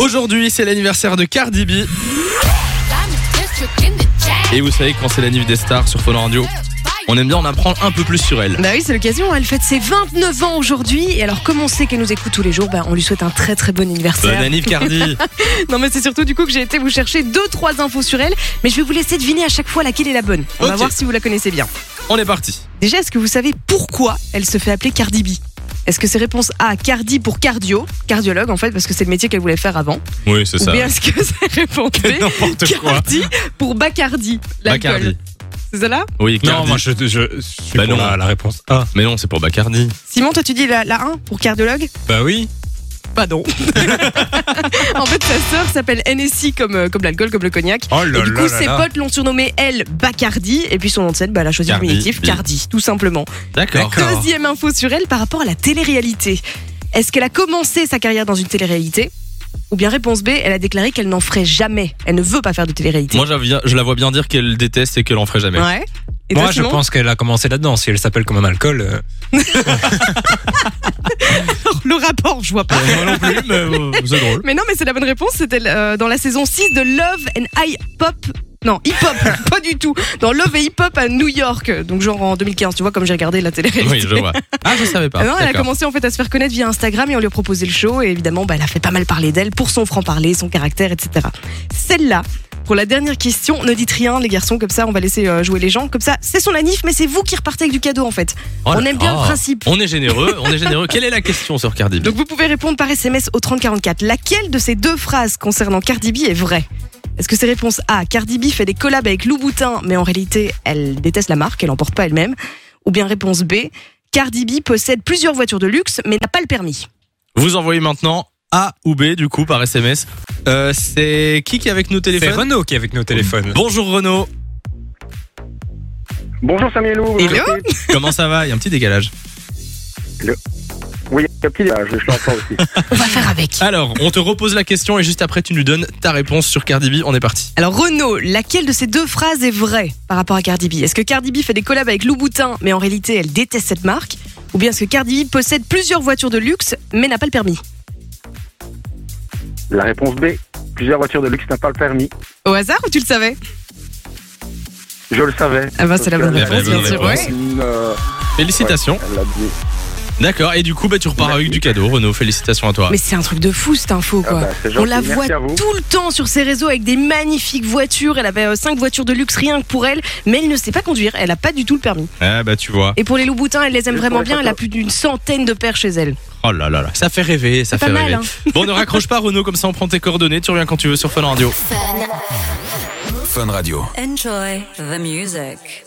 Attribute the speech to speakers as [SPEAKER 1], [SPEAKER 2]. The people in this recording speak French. [SPEAKER 1] Aujourd'hui, c'est l'anniversaire de Cardi B. Et vous savez, quand c'est l'anniv des stars sur Fun Radio, on aime bien en apprendre un peu plus sur elle.
[SPEAKER 2] Bah oui, c'est l'occasion. Elle fête ses 29 ans aujourd'hui. Et alors, comme on sait qu'elle nous écoute tous les jours, bah, on lui souhaite un très très bon
[SPEAKER 1] Bonne
[SPEAKER 2] anniversaire.
[SPEAKER 1] anniv Euh, Cardi
[SPEAKER 2] non, mais c'est surtout du coup que j'ai été vous chercher deux trois infos sur elle. Mais je vais vous laisser deviner à chaque fois laquelle est la bonne. On va
[SPEAKER 1] Ok.
[SPEAKER 2] voir si vous la connaissez bien.
[SPEAKER 1] On est parti
[SPEAKER 2] Déjà, est-ce que vous savez pourquoi elle se fait appeler Cardi B Est-ce que c'est réponse A, Cardi pour cardio, cardiologue en fait, parce que c'est le métier qu'elle voulait faire avant
[SPEAKER 1] Oui, c'est
[SPEAKER 2] Ou bien est-ce que c'est réponse B,
[SPEAKER 1] N'importe quoi
[SPEAKER 2] Cardi pour Bacardi, l'alcool
[SPEAKER 1] Bacardi.
[SPEAKER 2] C'est ça là
[SPEAKER 1] Oui, Cardi.
[SPEAKER 3] Non, moi je, je, je suis
[SPEAKER 1] Bah non.
[SPEAKER 3] pour la, la réponse A.
[SPEAKER 1] Mais non, c'est pour Bacardi.
[SPEAKER 2] Simon, toi tu dis la, la 1 pour cardiologue
[SPEAKER 3] Bah oui.
[SPEAKER 2] Bah non En fait, sa sœur s'appelle NSI comme, euh, comme l'alcool, comme le cognac.
[SPEAKER 3] Oh là
[SPEAKER 2] Et du
[SPEAKER 3] là
[SPEAKER 2] coup,
[SPEAKER 3] là
[SPEAKER 2] ses
[SPEAKER 3] là.
[SPEAKER 2] potes l'ont surnommée, elle, Bacardi. Et puis son nom de scène, bah, elle a choisi le
[SPEAKER 1] Cardi
[SPEAKER 2] diminutif,
[SPEAKER 1] B.
[SPEAKER 2] Cardi, tout simplement.
[SPEAKER 1] D'accord.
[SPEAKER 3] D'accord.
[SPEAKER 2] Deuxième info sur elle par rapport à la télé-réalité. Est-ce qu'elle a commencé sa carrière dans une télé-réalité Ou bien réponse B, elle a déclaré qu'elle n'en ferait jamais. Elle ne veut pas faire de télé-réalité.
[SPEAKER 1] Moi, j'av- je la vois bien dire qu'elle déteste et qu'elle en ferait jamais.
[SPEAKER 2] ouais. Et toi,
[SPEAKER 3] Moi je
[SPEAKER 2] Simon
[SPEAKER 3] pense qu'elle a commencé là-dedans. Si elle s'appelle comme un alcool. euh,
[SPEAKER 2] le rapport, je vois pas.
[SPEAKER 1] Moi non plus, mais euh, c'est drôle.
[SPEAKER 2] Mais non, mais c'est la bonne réponse. C'était euh, dans la saison 6 de Love and High Pop. Non, hip hop, pas du tout. Dans Love et Hip hop à New York, donc genre en 2015, tu vois, comme j'ai regardé la télé.
[SPEAKER 1] Oui, je vois. Ah, je savais pas.
[SPEAKER 2] non, elle a
[SPEAKER 1] D'accord.
[SPEAKER 2] commencé en fait à se faire connaître via Instagram et on lui a proposé le show et évidemment, bah, elle a fait pas mal parler d'elle pour son franc-parler, son caractère, etc. Celle-là, pour la dernière question, ne dites rien les garçons, comme ça on va laisser euh, jouer les gens. Comme ça, c'est son anif, mais c'est vous qui repartez avec du cadeau en fait.
[SPEAKER 1] Oh là
[SPEAKER 2] on aime bien
[SPEAKER 1] là.
[SPEAKER 2] le principe.
[SPEAKER 1] On est généreux, on est généreux. Quelle est la question sur Cardi B
[SPEAKER 2] Donc vous pouvez répondre par SMS au 3044. Laquelle de ces deux phrases concernant Cardi B est vraie Est-ce que c'est réponse A Cardi B fait des collabs avec Louboutin, mais en réalité, elle déteste la marque, elle en porte pas elle-même. Ou bien réponse B Cardi B possède plusieurs voitures de luxe, mais n'a pas le permis.
[SPEAKER 1] Vous envoyez maintenant A ou B du coup par SMS. Euh, c'est qui qui est avec nous au
[SPEAKER 3] C'est
[SPEAKER 1] téléphone
[SPEAKER 3] Renaud qui est avec nos téléphones.
[SPEAKER 1] Bonjour Renaud.
[SPEAKER 4] Bonjour Samuel Lou.
[SPEAKER 2] Hello.
[SPEAKER 1] Comment ça va Il y a un petit décalage.
[SPEAKER 4] Oui, un petit débat, je je l'entends aussi.
[SPEAKER 2] On va faire avec.
[SPEAKER 1] Alors, on te repose la question et juste après tu nous donnes ta réponse sur Cardi B. On est parti.
[SPEAKER 2] Alors Renaud, laquelle de ces deux phrases est vraie par rapport à Cardi B Est-ce que Cardi B fait des collabs avec Louboutin, mais en réalité, elle déteste cette marque Ou bien est-ce que Cardi B possède plusieurs voitures de luxe, mais n'a pas le permis
[SPEAKER 4] La réponse B, plusieurs voitures de luxe n'ont pas le permis.
[SPEAKER 2] Au hasard ou tu le savais
[SPEAKER 4] Je le savais.
[SPEAKER 2] Ah bah, c'est la bonne
[SPEAKER 1] Il y avait
[SPEAKER 2] réponse,
[SPEAKER 1] la bonne
[SPEAKER 2] bien sûr.
[SPEAKER 1] réponse.
[SPEAKER 2] ouais.
[SPEAKER 4] Une, euh,
[SPEAKER 1] Félicitations.
[SPEAKER 4] ouais, elle l'a dit.
[SPEAKER 1] D'accord. Et du coup, bah, tu repars avec du cadeau, Renaud. Félicitations à toi.
[SPEAKER 2] Mais c'est un truc de fou cette info
[SPEAKER 4] Ah
[SPEAKER 2] quoi.
[SPEAKER 4] bah, c'est
[SPEAKER 2] On
[SPEAKER 4] gentil,
[SPEAKER 2] la
[SPEAKER 4] merci
[SPEAKER 2] voit
[SPEAKER 4] à vous.
[SPEAKER 2] tout le temps sur ses réseaux avec des magnifiques voitures. Elle avait euh, cinq voitures de luxe rien que pour elle, mais elle ne sait pas conduire. Elle n'a pas du tout le permis.
[SPEAKER 1] Ah bah tu vois.
[SPEAKER 2] Et pour les loups boutins, elle les aime
[SPEAKER 4] Juste
[SPEAKER 2] vraiment
[SPEAKER 4] pour les
[SPEAKER 2] bien. Elle a
[SPEAKER 4] photos.
[SPEAKER 2] plus d'une centaine de paires chez elle.
[SPEAKER 1] Oh là là là. Ça fait rêver. Ça
[SPEAKER 2] C'est
[SPEAKER 1] fait
[SPEAKER 2] pas
[SPEAKER 1] rêver.
[SPEAKER 2] mal. hein.
[SPEAKER 1] Bon, ne raccroche pas Renaud. Comme ça, on prend tes coordonnées. Tu reviens quand tu veux sur Fun Radio.
[SPEAKER 5] Enjoy the music.